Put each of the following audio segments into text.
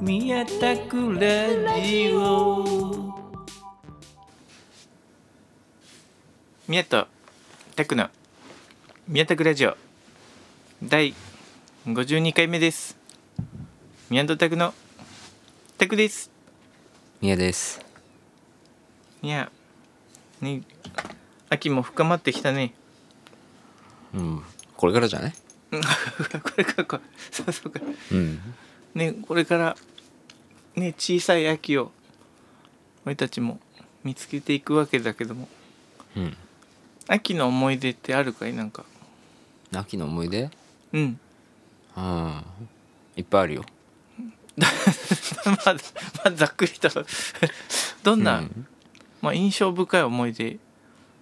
宮田くラジオ宮田拓の宮田ラジオ第52回目です宮田拓の拓です宮ですいやね秋も深まってきたねうんこれからじゃない これからかそうそうかうんねこれからね小さい秋を俺たちも見つけていくわけだけどもうん秋の思い出ってあるかいなんか秋の思い出うん うんいっぱいあるよまあ、まあ、ざっくりと どんな、うんまあ、印象深い思い出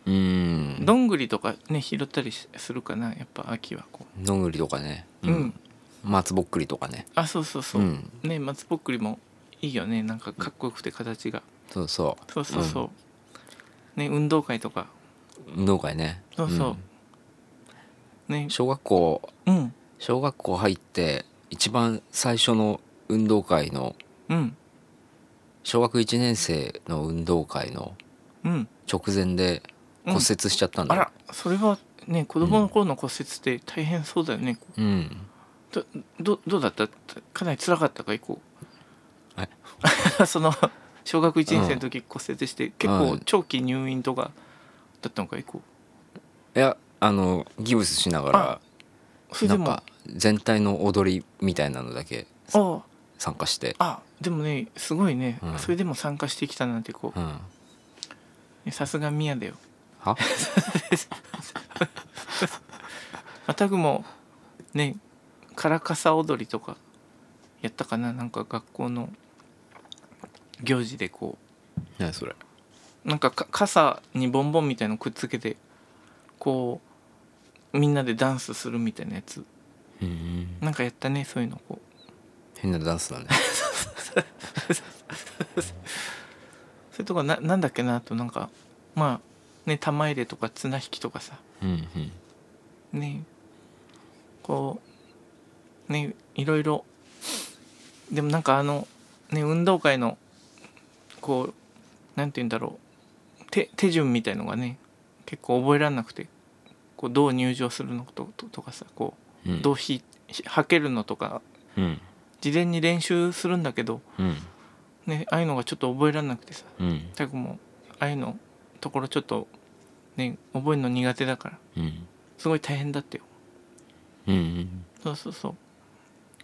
うんどんぐりとかね拾ったりしするかなやっぱ秋はこどんぐりとかねう、うん松ぼっくりとかねあそうそうそう、うんね松ぼっくりもいいよねなんかかっこよくて形がそうそそうそうそう、ね運動会とかう運動会ねそうそう、ねん小学校うん小学校入って一番最初の運動会のうん小学1年生の運動会のうん直前で骨折しちゃったんあだよらそれはね子供の頃の骨折って大変そうだよね、うん、どどどうだったかなり辛かったか以降え その小学1年生の時骨折して、結う構ん長期入院とかだったのか以降いやあのギブスしながそられなでんもか全体の踊りみたいなのだけあ参加してあでもねすごいね、うんそれでも参加してきたなんてこうんはうさすがミヤだよまたぐもねカラカサ踊りとかやったかななんか学校の行事でこ 何それうなんかか傘にボンボンみたいのくっつけてこうみんなでダンスするみたいなやつうんなんかやったねそういうのこう変なダンスだねそれとかななんだっけなあとなんかまあね玉入れとか綱引きとかさうんうんねこうねいろいろでもなんかあのね運動会のこうなんて言うんだろう手手順みたいのがね結構覚えられなくてこうどう入場するのとととかさこううんどうひひはけるのとかうん事前に練習するんだけど、うんね、ああいうのがちょっと覚えられなくてさうんたくもああいうのところちょっとね覚えるの苦手だからうんすごい大変だったようんそうそうそう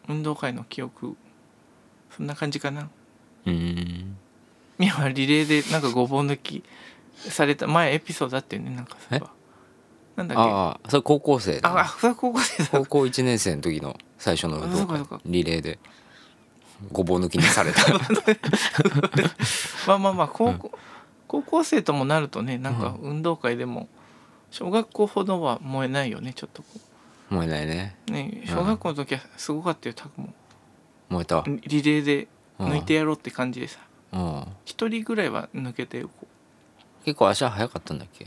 運動会の記憶そんな感じかなうんみやはリレーでなんかごぼう抜きされた前エピソードあったよねなんかそういえばなんだっけあああそれ高校生だねあそれは高校生だ高校1年生の時の最初の運動あ会そうかそうかリレーでごぼう抜きに されたまあまあまあ高校、高校生ともなるとねなんか運動会でも小学校ほどは燃えないよねちょっとこ燃えないねうね小学校の時はすごかったよたくも燃えたうんリレーで抜いてやろうって感じでさ一人ぐらいは抜けてこう結構足は速かったんだっ け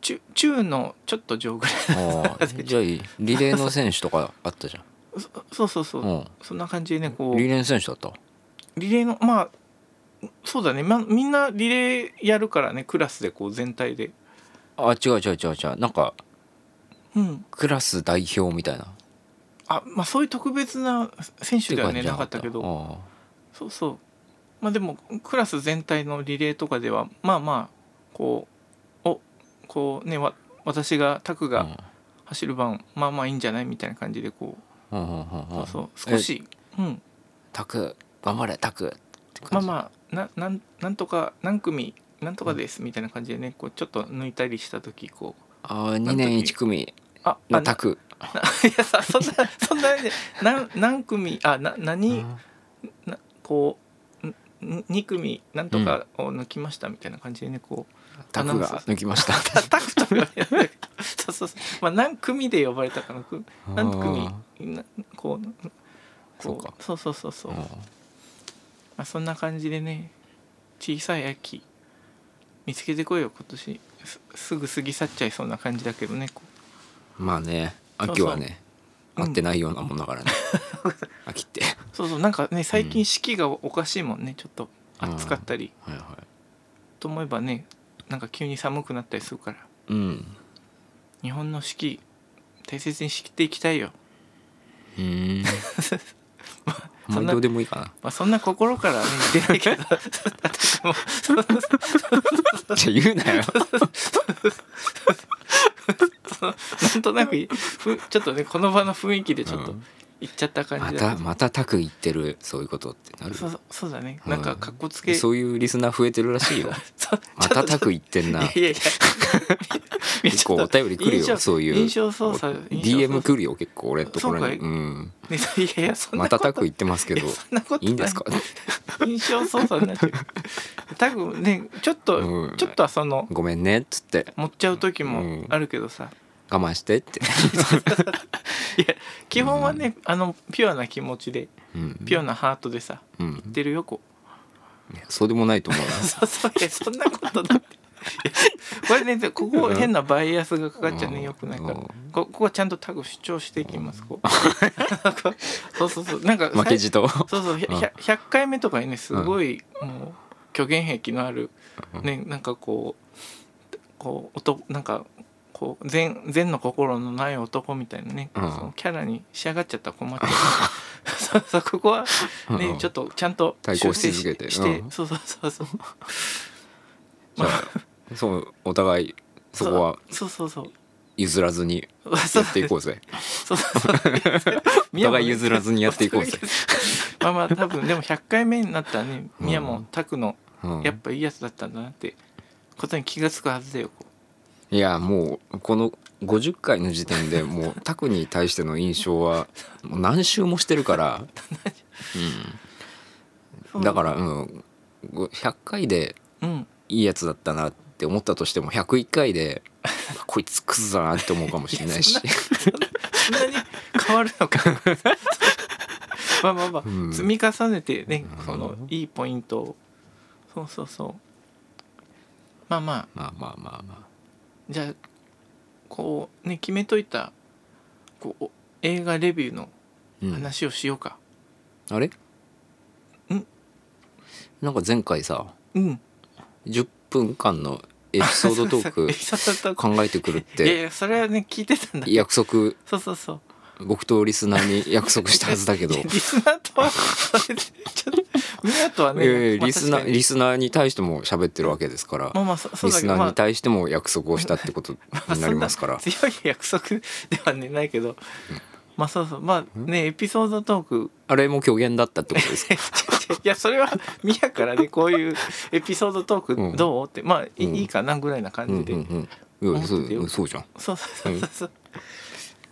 中中のちょっと上ぐらいああじゃあいいリレーの選手とかあったじゃんそそうそうそう、うんそんな感じでねこうリレーの選手だったリレーのまあそうだね、まあ、みんなリレーやるからねクラスでこう全体であ違う違う違う違うなんかうんクラス代表みたいなあまあそういう特別な選手ではねっていう感じじゃなかったけどあそうそうまあでもクラス全体のリレーとかではまあまあこうおこうねわ私がタクあが走る番、まあまあいいんじゃないみたいな感じでこううんうんうんうんうそんうそう少しうんタク頑張れタクってまあ感じまあななんなんとか何組なんとかですみたいな感じでねこうちょっと抜いたりした時こうああ2年1組ああのタク いやさそんなそんなね何何組あな何なこうん二組なんとかを抜きましたみたいな感じでねこうタクが抜き ましたタタクとかやる そうそうそうまあ何組で呼ばれたかなく何組なこうこそうかそうそうそうそううんまあ、そんな感じでね小さい秋見つけてこいよ今年すすぐ過ぎ去っちゃいそうな感じだけどねこうまあねそうそう秋はねうん合ってないようなもんだ からね、秋ってそうそうなんかね最近四季がおかしいもんね、ちょっと暑かったりはいはいと思えばねなんか急に寒くなったりするからうん日本の四季大切にしていきたいよ、うー んそもんうなどうでもいいかまあ、そんな心からね言ってない けどもうそのなじゃあ言うなよなんとなくふちょっとねこの場の雰囲気でちょっうとん言っちゃった感まじだ、たまたタク言ってるそういうことってなるそうそうそうだねうんなんかかっこつけ、そういうリスナー増えてるらしいよそう まちょたっとちょタっとク言ってんないやいやいやいや 結構お便り来る印象よそういう印象操作印象操 DM 作来るよ結構俺のところにそううかんねいやいやそんなまことたタク言ってますけいどやそんなことないいんですか 印象操作になっちゃう多分ねちょっと、うんちょっとはそのごめんねっつって持っちゃう時うもんあるけどさ、我慢してって、いや基本はね、あのピュアな気持ちでうんピュアなハートでさう言っん、てるよこういやそうでもないと思うそうそういやそんなことだっていやこれねここ変なバイアスがかかっちゃうねうんよくないからうんこここはちゃんとタグ主張していきますこうそうそうそうなんかな負けじとそうそうひゃうんひゃ 100, 回目とかにねすごいもう虚言癖のあるねなんかこうこう男なんかこう善善の心のない男みたいなね、うんそのキャラに仕上がっちゃったら 困っちゃうそうそうここはね、うんちょっとちゃんと対抗し続けて修正して、うんそうそうそうそうじゃあそうお互いそこはそうそうそう譲らずにそうやそうっていこうぜそうそうそう お互い譲らずにやっていこうぜ、まあまあ多分でも100回目になったらねうん宮も拓のうんやっぱいいやつだったんだなってことに気がつくはずだよこいやもうこの50回の時点でもうタクに対しての印象はもう何周もして るから、ううん、だから、うん、100回でうんいいやつだったなって思ったとしても101回 でこいつクズだなって思うかもしれないしそんなに変わるのか まあまあまあ、うん積み重ねてねうんそのいいポイントをそうそうそうまあまあ まあまあまあまじゃあこうね決めといたこうお映画レビューのあ、うん、話をしようかあれんなんか前回さうん、 10分間のエピソードトー クエピソードトーク考えてくるっいやいてやそれはね聞いてたんだ約束そうそうそう僕とリスナーに 約束したはずだけどいや リスナーとはそれでちょっとミヤとはねいやいやまあリス確ナーかにリスナーに対しても喋ってるわけですから、まあまあそそうリだスけどナまーにあ対しても約束をしたってことになりますから、そんな強い約束ではねないけど、まあそうそうまあねエピソードトークあれも虚言だったってこ とですかい やそれはミヤからねこういうエピソードトークうんどうってまあい,、うんいいかなぐらいな感うんうじんで、うんいやそ思ってたようそうじゃんそうそうそうそう、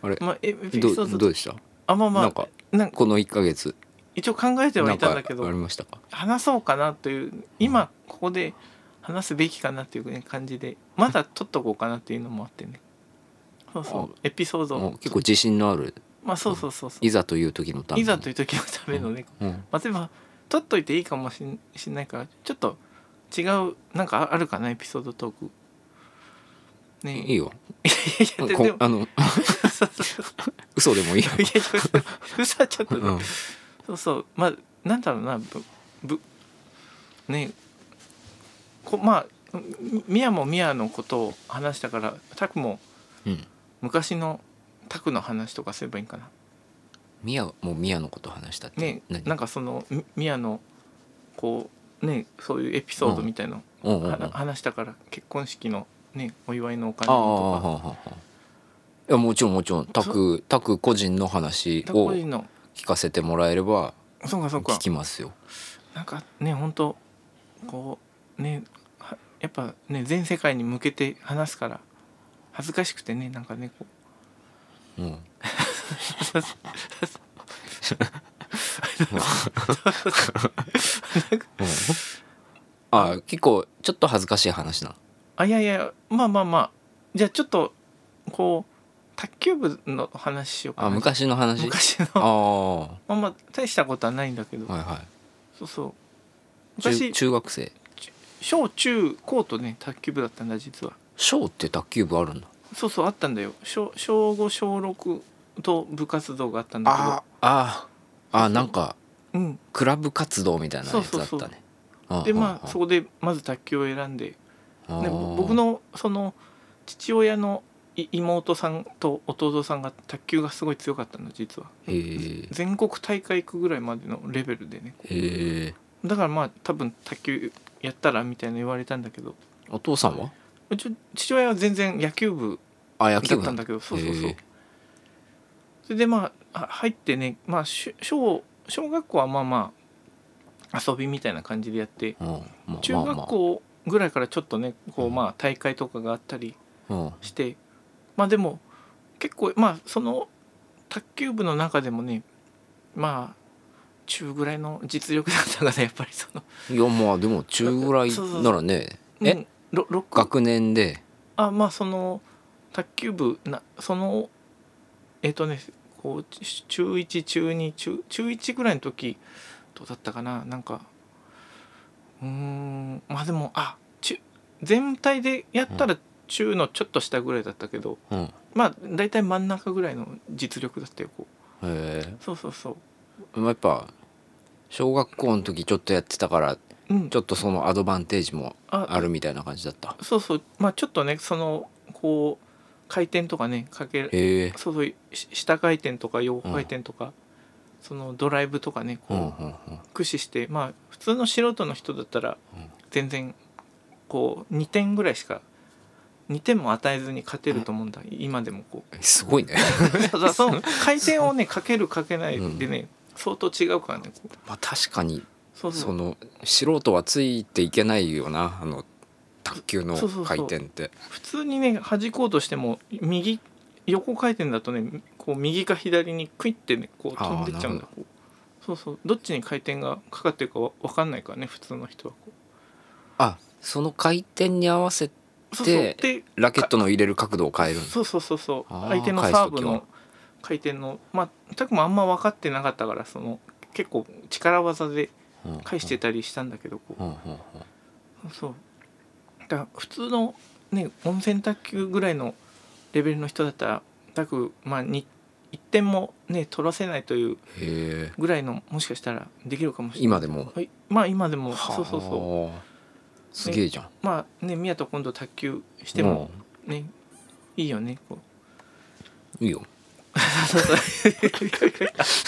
あれ、まあエエピどソードうどうでしたあまあまあなんかなんかこの1ヶ月一応考えてはなんいたんかだけどありましたか話そうかなという今ここで話すべきかなという、ね、感じでまだ撮っとこうかなっていうのもあってねそうそうエピソーもドう結構自信のあるまあそうそうそうそいざという時のたうめいざという時のためのね、うんまあ、例えば撮っといていいかもしんしんないからちょっと違うなんかああるかなエピソードトークねいいよよいやいやでこんでもあの そうそうそう嘘でもいいよいやいや 嘘はちょっとね、うんそうそうまあなんだろうなぶぶねこまあみみやもみやのことを話したからタクもうん昔のタクの話とかすればいいんかなミヤもうミヤのこと話したってね何なんかそのみみやのこうねそういうエピソードみたいの、うんうんうんはああ話したから結婚式のねお祝いのお金あああとかあああいやもちろんもちろんタクタク個人の話タクを個人の聞かせてもらえればそうかそうか聞きますよなんかね本当こうねはやっぱね全世界に向けて話すから恥ずかしくてねなんかねこううんあ結構ちょっと恥ずかしい話なあいやいやまあまあまあじゃあちょっとこう卓球部の話しようかなあ昔の話昔のああはまあまあ大したことはないんだけどいはそうそう昔中中学生小中高とね卓球部だったんだ実は小って卓球部あるんだそうそうあったんだよ小小5小6と部活動があったんだあああなんかけどうんクラブ活動みたいなやつだっそうそうそたうねでまあそここでまず卓球を選んででぼ僕僕のその父親のい妹さんと弟さんが卓球がすごい強かったの実はへえ全国大会行くぐらいまでのレベルでねへえだからまあ多分卓球やったらみたいな言われたんだけどお父さんはうち父親は全然野球部あ野だ球っ部たなんんだだけどそうそうそうへえそれでまああ入ってねまあしゅ小小学校はまあまあ遊びみたいな感じでやってうんまあまあ中学校ぐらいからちょっとねこうまあ大会とかがあったりうんしてまあでも結構まあその卓球部の中でもねまあ中ぐらいの実力だったからねやっぱりそのいやまあでも中ぐらいならねう えんろろく学年であまあその卓球部なそのえっ、とねこうち中1中2中中1ぐらいの時どうだったかななんかうーんまあでもあ中全体でやったら中のちょっと下ぐらいだったけど、うんへまあ大体真ん中ぐらいの実力だったよこうえそうそうそうまあやっぱ小学校の時ちょっとやってたからうんちょっとそのアドバンテージもああるみたいな感じだったそうそうまあちょっとねそのこう回転とかねかけへえそうそうし下回転とか横回転とか、そのドライブとかねこうう、んうんうん駆使してまあ普通の素人の人だったらうん全然こう2点ぐらいしか2点も与えずに勝てると思うんだ、今でもこ うえすごいね ただその回転をねかけるかけないでね、相当違うからねこうまあ確かにそうそそうの素人はついていけないよなあの卓球のそうそうそう回転って普通にね弾こうとしても右横回転だとねこう右か左にクイッてねこう飛んでっちゃうんだあこうそうそうどっちに回転がかかってるかわ分かんないからね普通の人はこあその回転に合わせうそうそうででラケットの入れる角度を変えるんだそうそうそうそうあー相手のサーブ返す時はの回転のまあたくもあんま分かってなかったからその結構力技でうん返してたりしたんだけどこうんうんうんうそうだから普通のね温泉卓球ぐらいのレベルの人だったらたくまあに1点もね取らせないというへえぐらいのもしかしたらできるかもしれない今でもはいまあ今でもはあそうそうそうすげえじゃんまあね宮と今度卓球してもね、いいよねこううんいいよ ど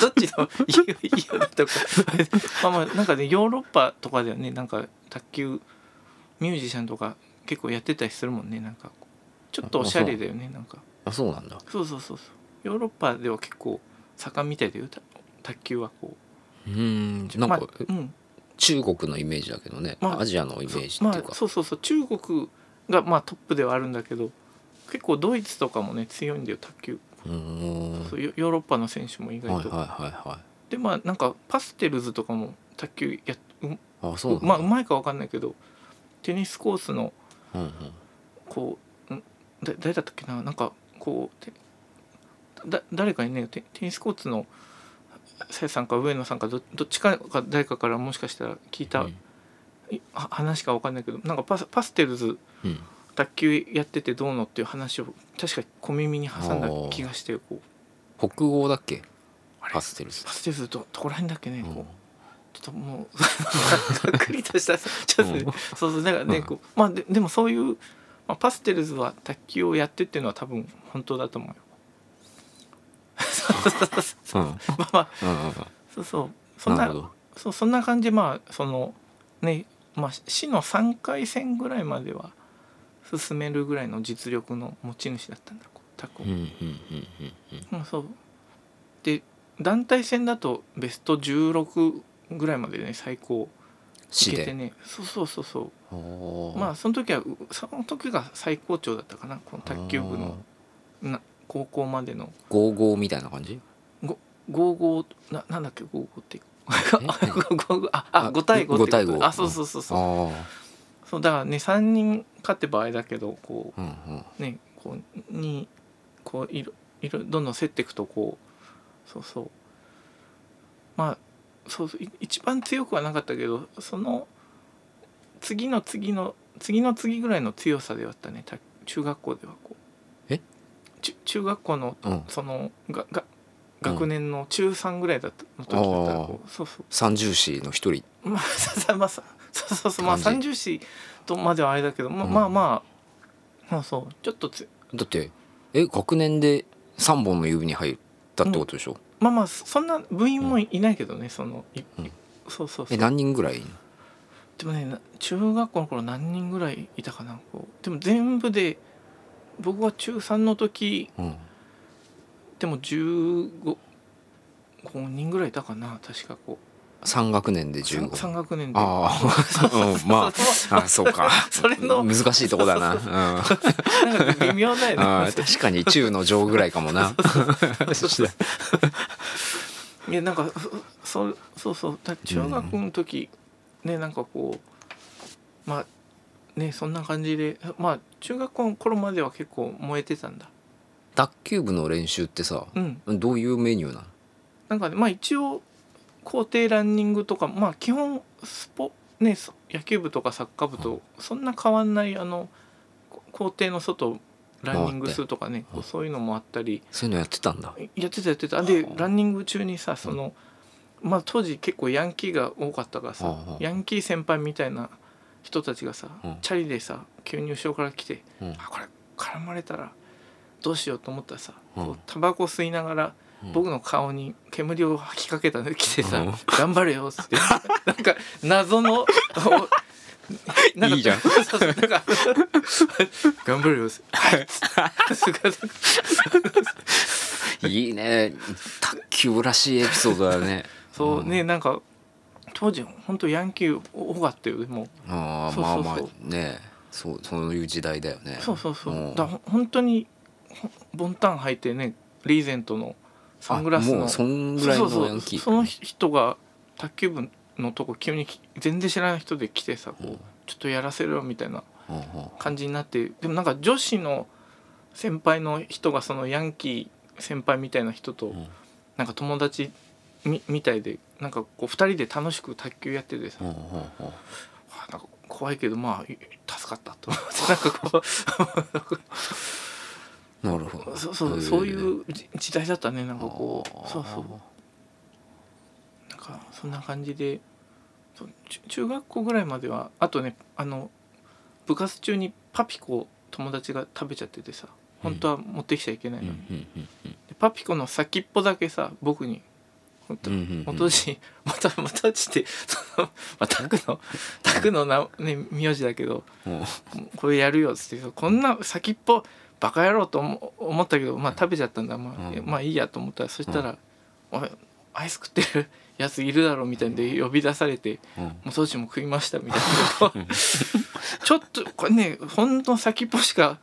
っちのいいよいいよとかまあまあなんかねヨーロッパとかではねなんか卓球ミュージシャンとか結構やってたりするもんねなんかこうちょっとおしゃれだよねなんかあそうなんだそうそうそうそうヨーロッパでは結構盛んみたいだよた卓球はこうーんうなんかまあうん中国のイメージだけどねまあアジアのイメージってそういうまかあそうそうそう中国がまあトップではあるんだけど結構ドイツとかもね強いんだよ卓球うーんそうヨヨーロッパの選手も意は外いはいと、はいはいでまあなんかパステルズとかも卓球やっうあそうなんだまあうまいかわかんないけどテニスコースのうんうんこうんだ誰だったっけななんかこうてだ誰かにねテテニスコースのさやさんか上野さんかどどっちかが誰かからもしかしたら聞いた、うんいは話かわかんないけどなんかパスパステルズうん卓球やっててどうのっていう話を確か小耳に挟んだ気がしてこう北欧だっけあれパステルスパステルズどどこら辺だっけね、うこうんちょっともう ざっくりとしたちょっとね、うんそうそうだからね、うんこうまあででもそういう、まあ、パステルズは卓球をやってっていうのは多分本当だと思うよ そうそうそううんうんうんまあまあうそうそうそんんななるほどそうそんな感じでまあそのねまあ市の3回戦ぐらいまでは進めるぐらいの実力の持ち主だったんだこう卓うをんうんうんうんうんうん、そうで団体戦だとベスト16ぐらいまでね最高い市けてでねそうそうそうそうままあその時はうその時が最高潮だったかなこの卓球部のな高校までのゴーゴーみたいな感じ55ななんだっけ55って え55あああ5対5ってこと5対5あそうそうそうそうあそうだからね3人勝って場合だけどこあうんうんうねこうにこういろいろどんどん競っていくとこうそうそうまあそうそうい一番強くはなかったけどその次の次の次の次ぐらいの強さではあったねた中学校ではこうえち中学校のうん、そのがが学年の中3ぐらいだったの時だったらこうそうそう三重士の一人まあ、ささまあ、さそうそうそうまあ感三じ重士とまではあれだけど、まあうんまあまあまあそうちょっとつだってえ学年で三本の指に入ったってことでしょ、まあまあそそんな部員もいいないけどねそのい、うんいそうそうそえう何人ぐらいでもねな中学校の頃何人ぐらいいたかなこうでも全部で僕は中3の時うんでも15 5人ぐらいいたかな確かこ三学年でう三15 3分学年でああ、 うん、まああそうかそれの難しいとこだな、うん、なんか微妙だよねあー 確かに中の上ぐらいかもな いやなんかそそそうそうだ中学の時、ねなんかこうまあねそんな感じでまあ中学校の頃までは結構燃えてたんだ卓球部の練習ってさうんどういうメニューなのなんかねまあ一応校庭ランニングとかまあ基本スポねそ野球部とかサッカー部とそんな変わんないあのこ校庭の外をランニングするとかね回ってそういうのもあったりそういうのやってたんだやってたやってたでランニング中にさその、まあ、当時結構ヤンキーが多かったからさ、うんうんヤンキー先輩みたいな人たちがさ、うんチャリでさ急に後ろから来て、うんあこれ絡まれたらどうしようと思ったらさ、うんこうタバコ吸いながらうん僕の顔に煙を吐きかけたの来てさ「うん頑張れよ」っつって なんか謎 の。おいいじゃんそうそうなんか 頑張れよっつってはい っつっていいね卓球部らしいエピソードだねそうね、んなんか当時本当ヤンキー多かったよでもあーそうまそあうそうまあねそうそういう時代だよねそうそうそう、んだから本当にほボンタン履いてねリーゼントのサングラスあものうそんぐらいそうのそうヤンキーその人が卓球部のとこ急にき全然知らない人で来てさこう、うんちょっとやらせろよみたいなうんうん感じになってでもなんか女子の先輩の人がそのヤンキー先輩みたいな人とうんなんか友達みみたいでなんかこう2人で楽しく卓球やっててさ、うんうんうんあなんか怖いけどまあい助かったと思ってなんかこなるほど うそうそうそういうじ時代だったねなんかこあうーそうそうなんかそんな感じでそう中中学校ぐらいまではあとねあの部活中にパピコを友達が食べちゃっててさ本当は持ってきちゃいけないのに、うんうんでパピコの先っぽだけさ僕に本当うんうんうん落とし、またまた落ちてそのまあタクのタクのな、ね、名字だけどうんうんこれやるよっつってこんな先っぽバカ野郎と思思ったけどまあ食べちゃったんだ、まあうんまあいいやと思ったらそしたら「おいアイス食ってるやついるだろ」みたいんで呼び出されてう「んもう当時も食いました」みたいな ちょっとこれねほんの先っぽしか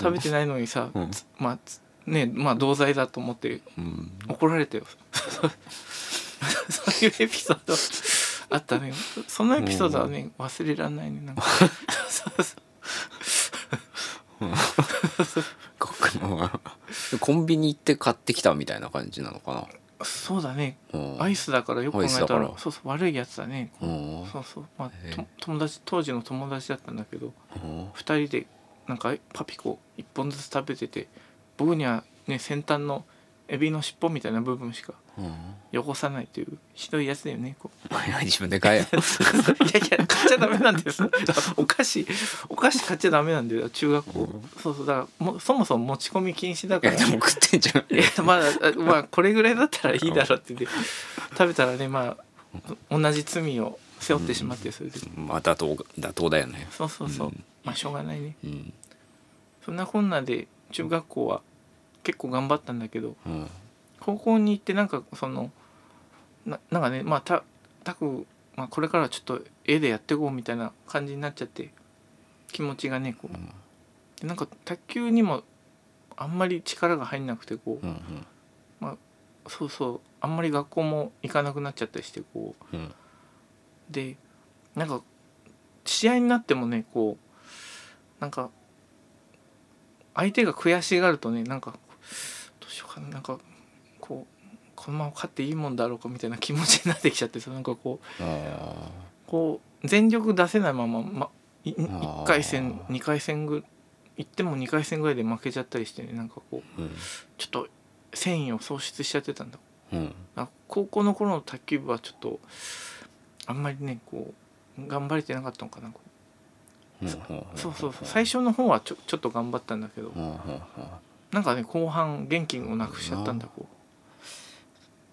食べてないのにさ、うんつまあつねまあ同罪だと思ってうん怒られたよ そういうエピソードあったねそのエピソードはね忘れらんないね なんかそうそう学校のコンビニ行って買ってきたみたいな感じなのかそうだねなうんアイスだからよく考えアイスだたかららそうそう悪いやつだねうんそうそうまへあえと友達当時の友達だったんだけどうん2人でなんかパピコ1本ずつ食べてて僕にはね先端のエビの尻尾みたいな部分しかうん汚さないというひどいやつだよねこう 自分で買えよいやいや買っちゃダメなん ですお菓子お菓子買っちゃダメなんだよ中学校、うんそうそうだからもうそもそも持ち込み禁止だいかやらでも食ってんじゃんいやまだあまあこれぐらいだったらいいだろうって言って食べたらねまあ同じ罪を背負ってしまってそれでまあ妥当妥当だよねそうそうそううんまあしょうがないねうんそんなこんなで中学校は結構頑張ったんだけどうん高校に行ってなんかそのななんかねまあたたく、まあ、これからはちょっと絵でやっていこうみたいな感じになっちゃって気持ちがねこううんでなんか卓球にもあんまり力が入んなくてこううんそうそうあんまり学校も行かなくなっちゃったりしてこううんでなんか試合になってもねこうなんか相手が悔しがるとねなんかどうしようかななんかこうこのまま勝っていいもんだろうかみたいな気持ちになってきちゃってさなんかこうあこう全力出せないまま、ま、いあー1回戦2回戦ぐ行っても2回戦ぐらいで負けちゃったりしてねなんかこうーうんちょっと繊維を喪失しちゃってたんだうんあ高校の頃の卓球部はちょっとあんまりねこう頑張れてなかったのかなこううんそうそうそう最初の方はちょちょっと頑張ったんだけどうんうんうんなんかね後半元気をなくしちゃったんだこ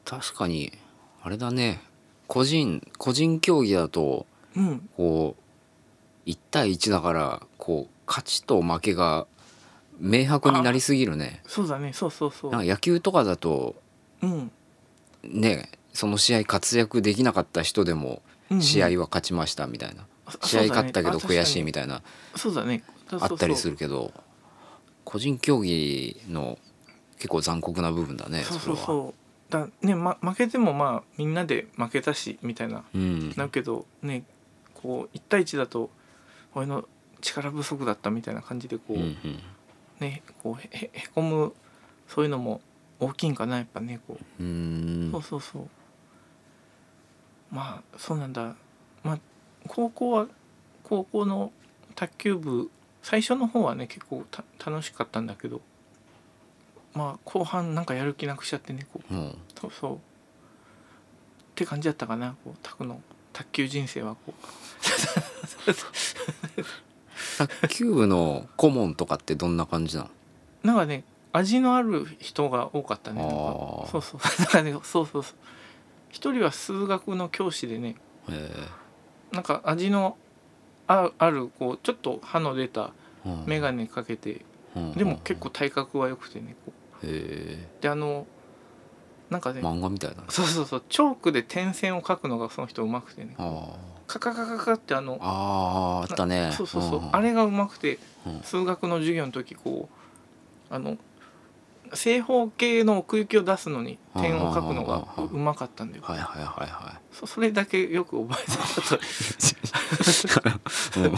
確かにあれだね個人個人競技だとううんこう1対1だからこう勝ちと負けが明白になりすぎるねそうだねそうそうそなんうか野球とかだとうんねその試合活躍できなかった人でもうん試合は勝ちましたみたいな、試合勝ったけど悔しいみたいなたいなそうだねそうあったりするるけど個人競技の結構残酷な部分だねそうそそれうはそうだね、ま、負けてもまあみんなで負けたしみたいなうんなるけどねこう1対1だと俺の力不足だったみたいな感じでこうう、んうんねこうへへへこむそういうのも大きいんかなやっぱねこう、うーんそうそうそうまあそうなんだまあ高校は高校の卓球部最初の方はね結構た楽しかったんだけどまあ後半なんかやる気なくしちゃってねこううんそうそうって感じだったかなこう卓の卓球人生はこう卓球部の顧問とかってどんな感じなのなんかね味のある人が多かったねなんかあーそうそう なんかねそうそうそう一人は数学の教師でねえなんか味のああるこうちょっと歯の出たえうん眼鏡かけてうんでも結構体格は良くてねこへうであのなんかえね漫画みたいだねそうそうそうチョークで点線を描くのがその人うまくてねあカカカカカってあのああああったねそうそうそう、んんあれがうまくてうん数学の授業の時こうあの正方形の奥行きを出すのに点を書くのがううまかったんだよはいはいはい はそそれだけよく覚えい、うんて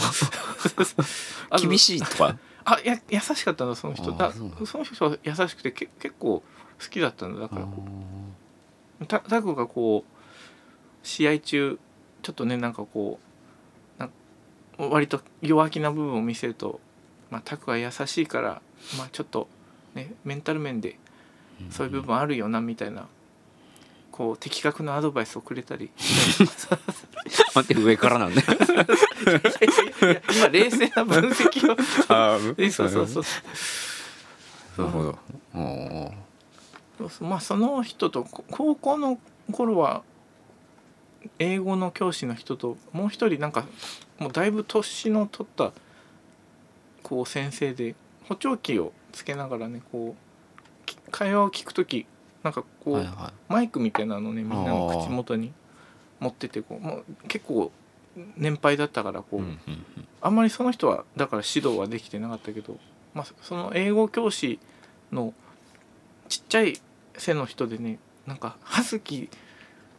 た厳いしいとかあや優しかったんだその人あーだそうなんだその人は優しくてけ結構好きだったんだだからこうたタクがこう試合中ちょっとねなんかこうなん割と弱気な部分を見せると、まあ、タクは優しいから、まあ、ちょっと、ね、メンタル面でそういう部分あるよなみたいなこう的確なアドバイスをくれたり待って上からな んでいや今冷静な分析をあえそうそうそうなるほどうんうんそうそうまあその人とこ高校の頃は英語の教師の人ともう一人なんかもうだいぶ年の取ったこう先生で補聴器をつけながらねこうき会話を聞く時なんかこう、はいはマイクみたいなのをねみんなの口元に持っててこうもう結構年配だったからこ、いううんうんあんまりその人はだから指導はできてなかったけど、まあ、そその英語教師のちっちゃい背の人でねなんか葉月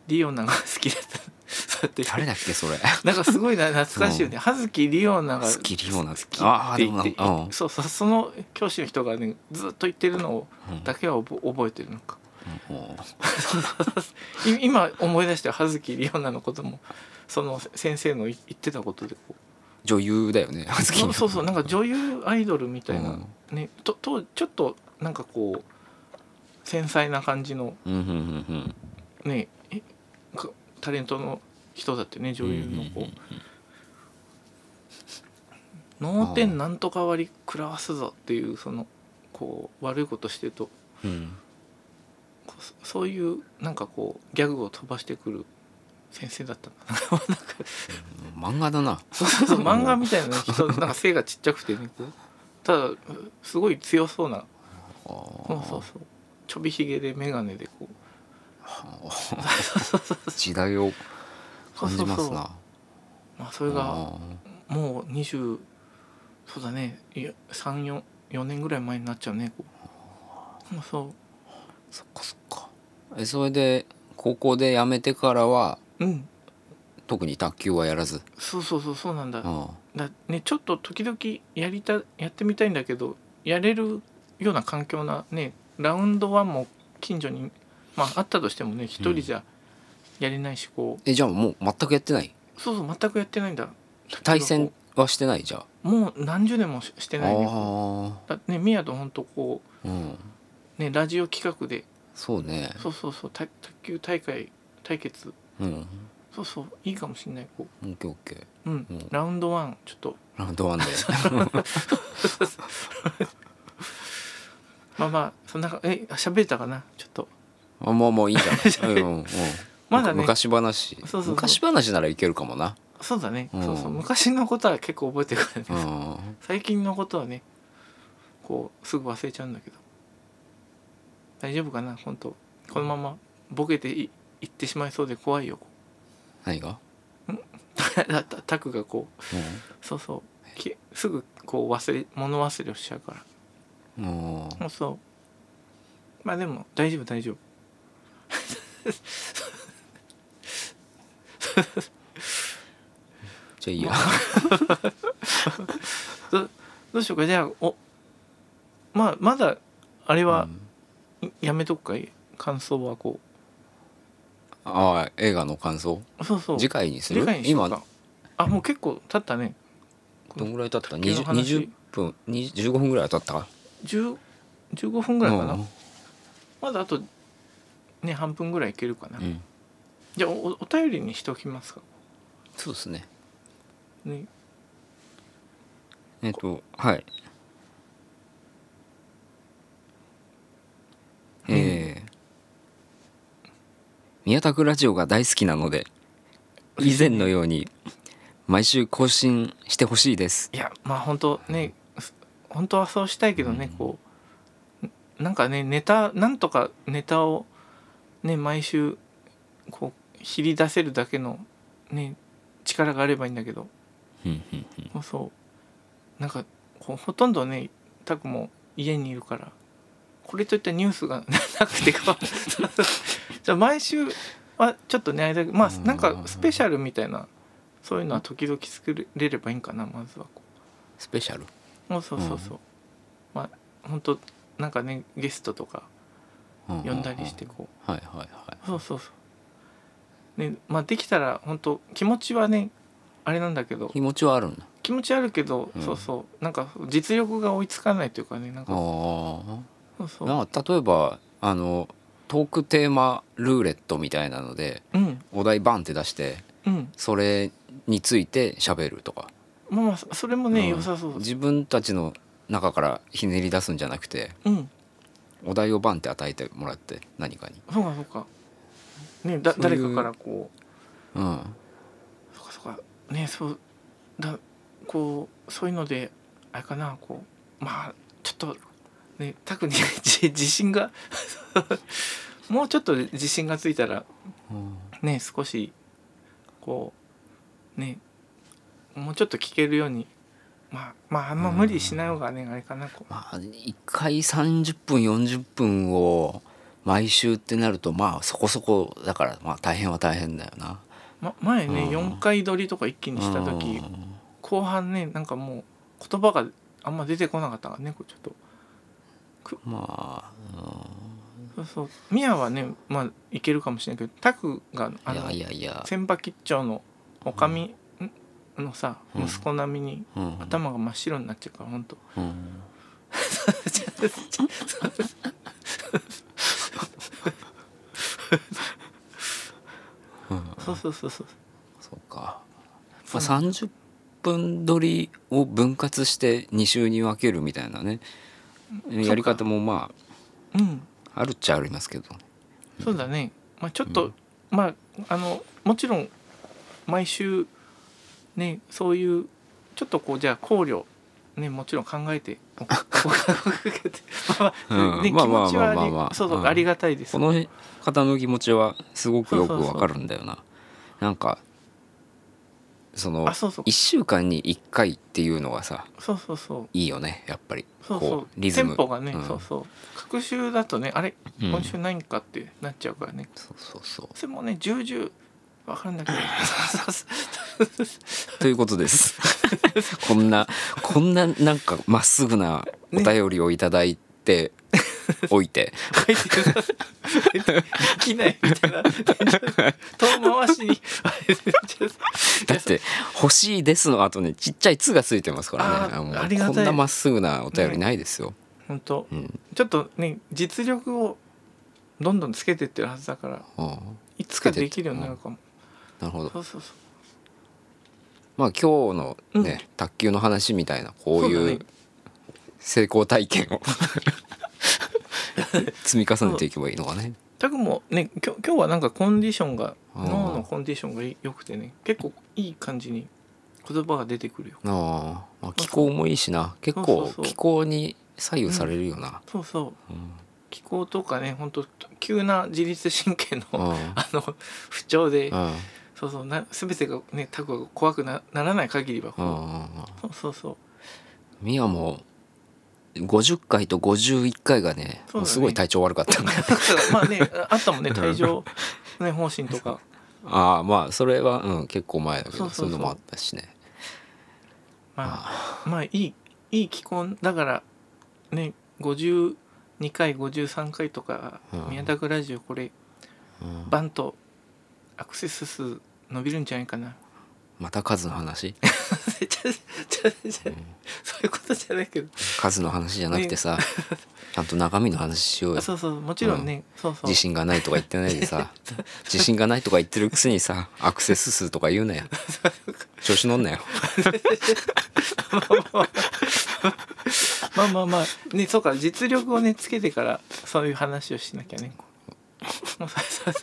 リオナが好きだったそうやって誰だっけそれなんかすごいな懐かしいよね葉月リオナが好きリオナ好きってああで言もってなんかうんそうそうその教師の人がねずっと言ってるのをうんだけは覚覚えてるなんかうんい今思い出して葉月リオナのこともその先生のい言ってたことでこう女優だよね好きそうそうそうなんか女優アイドルみたいな、うんねととちょっとなんかこう繊細な感じのうんうんうんうんねえかタレントの人だってね女優の子脳天なんとか割り食らわすぞっていうそのこう悪いことしてるとうんこうそそういうなんかこうギャグを飛ばしてくる先生だったんだななんか漫画だなそう そうそう漫画みたいな人なんか背がちっちゃくてねこうただすごい強そうなそうそうそうちょびひげで眼鏡でこう時代を感じそうそますうそうなまあそれがもう20そうだね34年ぐらい前になっちゃうねこうそうそそっかそっかえそれで高校で辞めてからはううん特に卓球はやらずそうそうそうそうなんだうんだねちょっと時々やりたやってみたいんだけどやれるような環境なねラウンドワンも近所にまああったとしてもね一人じゃやれないしこえじゃあもう全くやってないうそうそう全くやってないんだ対戦はしてないじゃあもう何十年もししてあないねーだねミヤと本当こうんうねラジオ企画でそうねそうそうそうた卓球大会対決うんそうそういいかもしんないこオッケーオッケーううん、うんラウンドワンちょっとラウン ドワンでまあまあそんなかえ喋れたかなちょっとあまあまあいいじ ゃん、うんうん、まだね昔話そうそうそう昔話ならいけるかもなそうだね、うんそうそう昔のことは結構覚えてるからね、うん最近のことはねこうすぐ忘れちゃうんだけど大丈夫かな本当このままボケていいってしまいそうで怖いよ 何が、たタクがこううそうそうきすぐこう忘れ物忘れをしちゃうからんうん、そうそうまあでも大丈夫大丈夫じゃあいいやどうしようかじゃあおまあまだあれはうんやめとくかい感想はこああ映画の感想うそうそう次回にする次回にしようか今あもう結構経ったねどんぐらい経った卓球の 20, 話20分20 15分ぐらいは経ったか10 15分ぐらいかな、うんまだあとね半分ぐらいいけるかな、うん、じゃあおお便りにしておきますか、そうですねね、えっとはいえー宮田区ラジオが大好きなので以前のように毎週更新してほしいですいやまあ本当ね、す本当はそうしたいけどね、うんこうなんかねネタなんとかネタをね毎週こう切り出せるだけのね力があればいいんだけどうんうんうんそうそうなんかこうほとんどねタクも家にいるからこれといったニュースが なくてか じゃあ毎週はちょっとね間まあうんなんかスペシャルみたいなそういうのは時々作れればいいんかなまずはこスペシャルうそうそうそう、うまあ本当なんかねゲストとか呼呼んだりしてこはいはいはうそうそうそうねまあできたら本当気持ちはねあれなんだけどい気持ちはあるんだ気持ちあるけど、うんそうそうなんか実力が追いつかないというかねなんあかあそうそうまあ例えばあのトークテーマルーレットみたいなのでうんお題バンって出してうんそれについて喋るとか、まあまあそそれもね、うん良さそう自分たちの中からひねり出すんじゃなくてうんお題をバンって与えてもらって何かに、そうかそうかねだそうい誰うかからこううん、そうかそうかねそうだこうそういうのであれかなこうまあちょっとねタクに 自自信が もうちょっと自信がついたらね少しこうねもうちょっと聞けるようにまあまああんま無理しない方がね、あれかなこうまあ1回30分40分を毎週ってなるとまあそこそこだからまあ大変は大変だよな。ま、前ね、うん4回撮りとか一気にした時、うん後半ねなんかもう言葉があんま出てこなかったからねこうちょっとまあ、そうそうミヤはねまあいけるかもしれないけどタクがうあん、いのやいやいや、千葉吉兆のおかみ、んのさうん息子並みにうん、頭が真っ白になっちゃうから本当うんうんそうそうそうそうそうか、まあ、30分撮りを分割して2週に分けるみたいなねやり方もまうんああるっちゃありますけどそうだね、まあ、ちょっと、うんまああのもちろん毎週ねそういうちょっとこうじゃあ考慮ねもちろん考えておお考えてまあまあ、 うんね、気まあまあ持ちはあり、まあまあまあそうそう、うんありがたいですこの方の気持ちはすごくよくわかるんだよななんかそのあそうそう1週間に1回っていうのがさそうそうそういいよねやっぱりそうそうこうリズムテンポがね、うんそうそう隔週だとねあれうん今週何かってなっちゃうからね、そうそうそうそれもね重々わかるん だけどそうそうそうということです。 こんなこんななんかまっすぐなお便りをいただいて、置いて書いてるできないみたい な遠回 しにあれちょっとだって「欲しいです」の後にちっちゃい「つ」がついてますからねあーもうありがたいこんなまっすぐなお便りないですよ、本当うんちょっとね実力をどんどんつけてってるはずだからああいつかできるようになるかもなるほどそうそうそうまあ今日のね、卓球の話みたいなこうそうだいねう成功体験 を積み重ねていけばいいのかね。たくもねきょ今日はなんかコンディションがあー脳のコンディションが良くてね結構いい感じに言葉が出てくるよああまあ気候もいいしな結そうそ構うそう気候に左右されるよな。そうそううん気候とかね本当急な自律神経のうんあの不調でうんそうそうな全てがねタコが怖くなならない限りはうこんうんうそうそうそうミヤも50回と51回がねそうだねもうすごい体調悪かったんだだからまあねああったもんね 帯状、ね、方針とかああまあそれは、うん、結構前だけそどうそそうそうういうのもあったしね。まあまあいいいい気候だからね52回53回とか、うん宮田ラジオこれうんバンとアクセス数伸びるんじゃないかなまた数の 話 ちょちょちょちょそういうことじゃないけど数の話じゃなくてさ、ちゃんと中身の話しようよあ。そうそうもちろんね、そうそう自信がないとか言ってないでさ自信がないとか言ってるくせにさアクセス数とか言う なよ調子乗んなよまあまあまあねそうか実力をねつけてからそういう話をしなきゃねもうさささ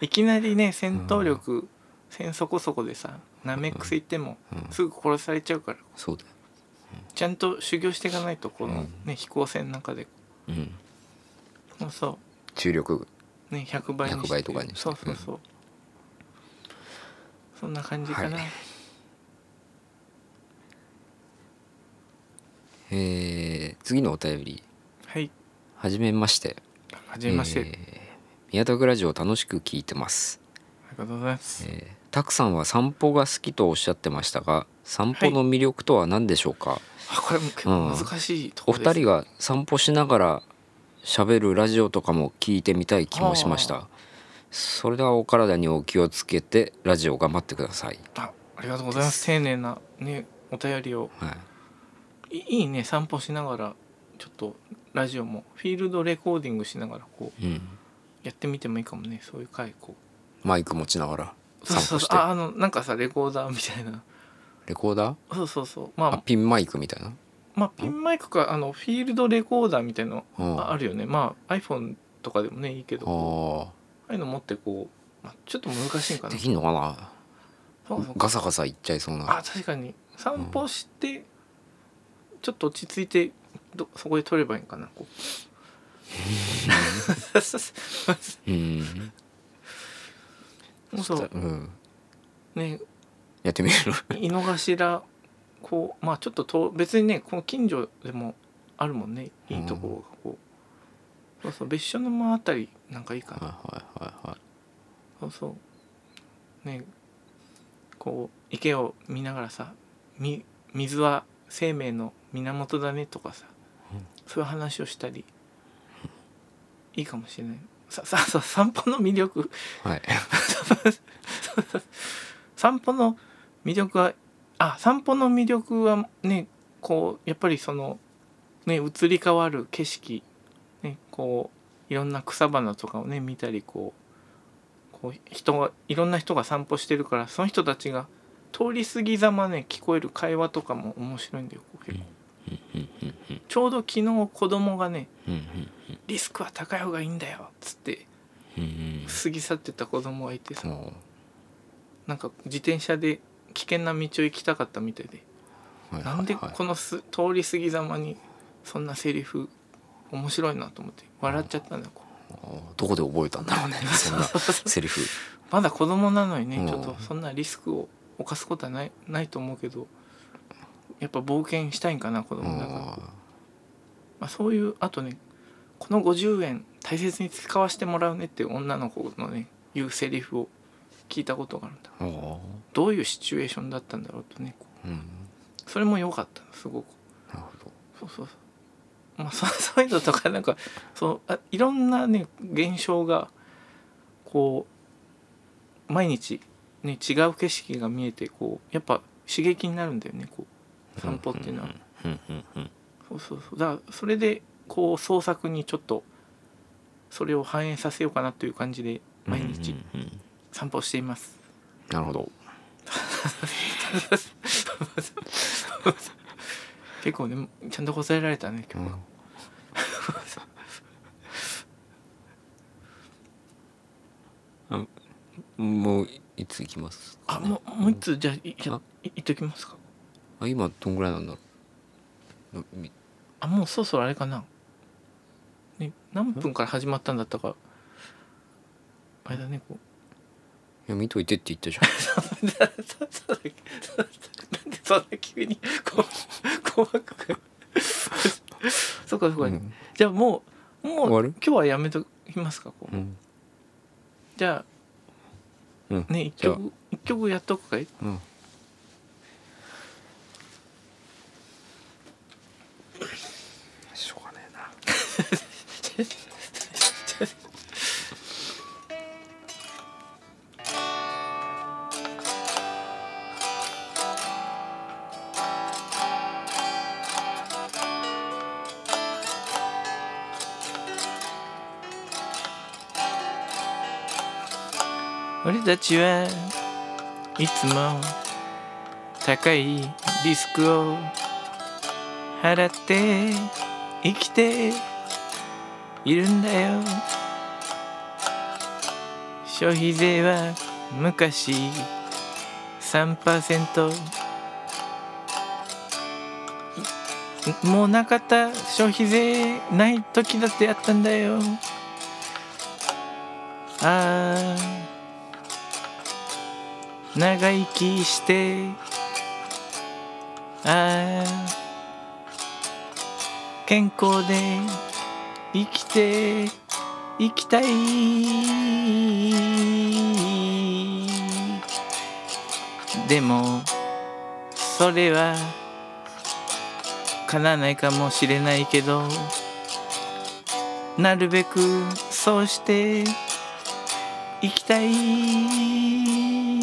いきなりね戦闘力、戦そこそこでさなめくせ言ってもうんすぐ殺されちゃうからそうだよちゃんと修行していかないとこの、ね飛行船の中でうんそうそ注力うね100倍にして100倍とかにしてそうそうそう、そんな感じかな、はいえー次のお便りはい。はじめましてはじめまして、えー宮田グラジオ楽しく聞いてますありがとうございます。えーたくさんは散歩が好きとおっしゃってましたが散歩の魅力とは何でしょうか、あ、これも結構難しいとこおろです。二人が散歩しながら喋るラジオとかも聞いてみたい気もしましたそれではお体にお気をつけてラジオ頑張ってください、あ、ありがとうございます。丁寧なね、お便りを。はい、いいいね、散歩しながら、ちょっとラジオも、フィールドレコーディングしながら、こう、うん、やってみてもいいかもね、そういう回、こう。マイク持ちながらそうそうそ散歩しう、てあ、あの、なんかさ、レコーダーみたいな。レコーダーそうそうそう、まああ、ピンマイクみたいなまあ、ピンマイクか、あの、フィールドレコーダーみたいなの、うんああるよね。まあ、iPhone とかでもね、いいけど、こあうああいうの持って、こう、まあ、ちょっと難しいんかーなで。きんのかなそうそうガサガサいっちゃいそうなあ確かに散歩して、ちょっと落ち着いてどそこで撮ればいいんかなこううん もうそううんねやってみる 井の頭こうまあちょっとと別にねこの近所でもあるもんねいいところがこうそうそう別所の間あたりなんかいいかはいなはいはいはいそうそうねこう池を見ながらさ「み水は生命の源だね」とかさ、うんそういう話をしたりいいかもしれないさ ささ散歩の魅力はい散歩の魅力はあ散歩の魅力はねこうやっぱりそのね移り変わる景色ねこういろんな草花とかをね見たりこうこう人がいろんな人が散歩してるからその人たちが通り過ぎざまね聞こえる会話とかも面白いんだよこう結構うんうんうんちょうど昨日子供がねうん「リスクは高い方がいいんだよ」っつってうんうん過ぎ去ってった子供がいてうさんもなんか自転車で危険な道を行きたかったみたいでうはいはいはいなんでこのす通り過ぎざまにそんなセリフ面白いなと思って笑っちゃったんだよこうあーどこで覚えたんだろうねそんなセリフ まだ子供なのにうねんちょっとそんなリスクを犯すことはないないと思うけどやっぱ冒険したいんかな子う供だから、まんあ、そういうあとねこの50円大切に使わせてもらうねっていう女の子のね言うセリフを聞いたことがあるんだあーどういうシチュエーションだったんだろうとねこうんうそれも良かったのすごくなるほそどうそうそうまあ、そう そういうのとかなんかそうあいろんなね現象がこう毎日、ね、違う景色が見えてこうやっぱ刺激になるんだよねこう散歩っていうのは。うんうんうんそうそうそうだからそれでこう創作にちょっとそれを反映させようかなという感じで毎日うんうんうん散歩しています。なるほど結構ねちゃんと答えられたね今日は。うんもういつ行きますあもうもう一つじゃあいじゃあいいっときますか。あ今どんぐらいなんだろうのみあもうそろそろあれかな、ね、何分から始まったんだったかあれだねこういや見といてって言ったじゃんそうそうだけそうだなんでそんな急にこう怖くそうかそうか、うんじゃあもうもう終わる今日はやめときますかこう、うんじゃあ、うんね一じゃあ曲一曲やっとくかいうんしょうがねえな俺たちはいつも高いリスクを払って生きているんだよ消費税は昔3%いもうなかった消費税ない時だってあったんだよああ長生きしてああ健康で生きていきたいでもそれは叶わないかもしれないけどなるべくそうして生きたい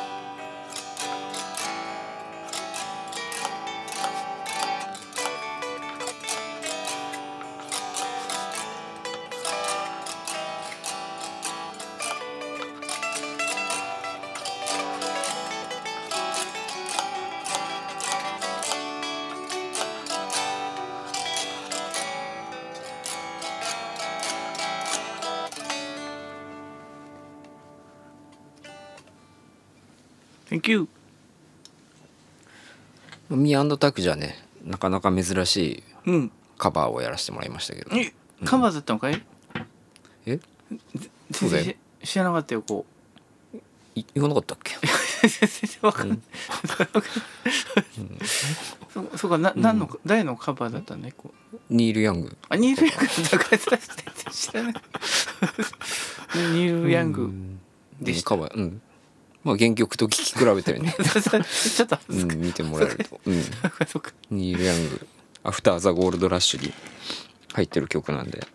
「Thank you ミータクじゃねなかなか珍しい」うんカバーをやらせてもらいましたけどえカバーだったのかいえそ全うだよ然知らなかったよこ うい言わなかったっけ全然わかんない、そそうかな何の、誰のカバーだったんだいこうニール・ヤングあニール・ヤングだから知 らないニール・ヤング、でしたカバーうんまあ原曲と聴き比べ たりね ちょっとうん見てもらえるとうん そっかニール・ヤング「アフター・ザ・ゴールド・ラッシュ」に入ってる曲なんで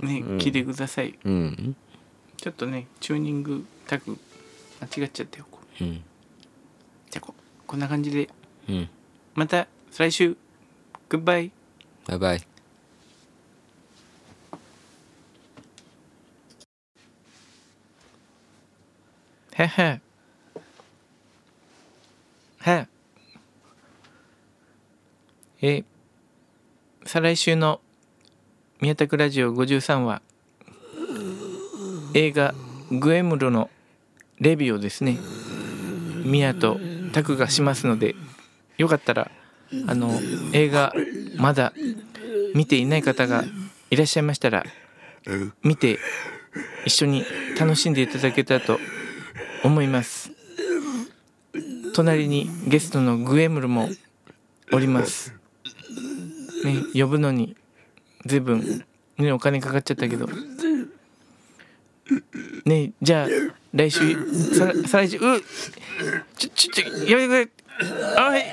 ね聞いてくださいうんちょっとねチューニングタグ間違っちゃったよこううんじゃあここんな感じでうんまた来週グッバイバイバイへへへえ再来週の宮田区ラジオ53は映画「グエムロ」のレビューをですね宮と拓がしますのでよかったらあの映画まだ見ていない方がいらっしゃいましたら見て一緒に楽しんでいただけたらと思います隣にゲストのグエムルもおりますね呼ぶのに随分ねお金かかっちゃったけどねじゃあ来 週さ再来週うちょちょちょやめてくれあはい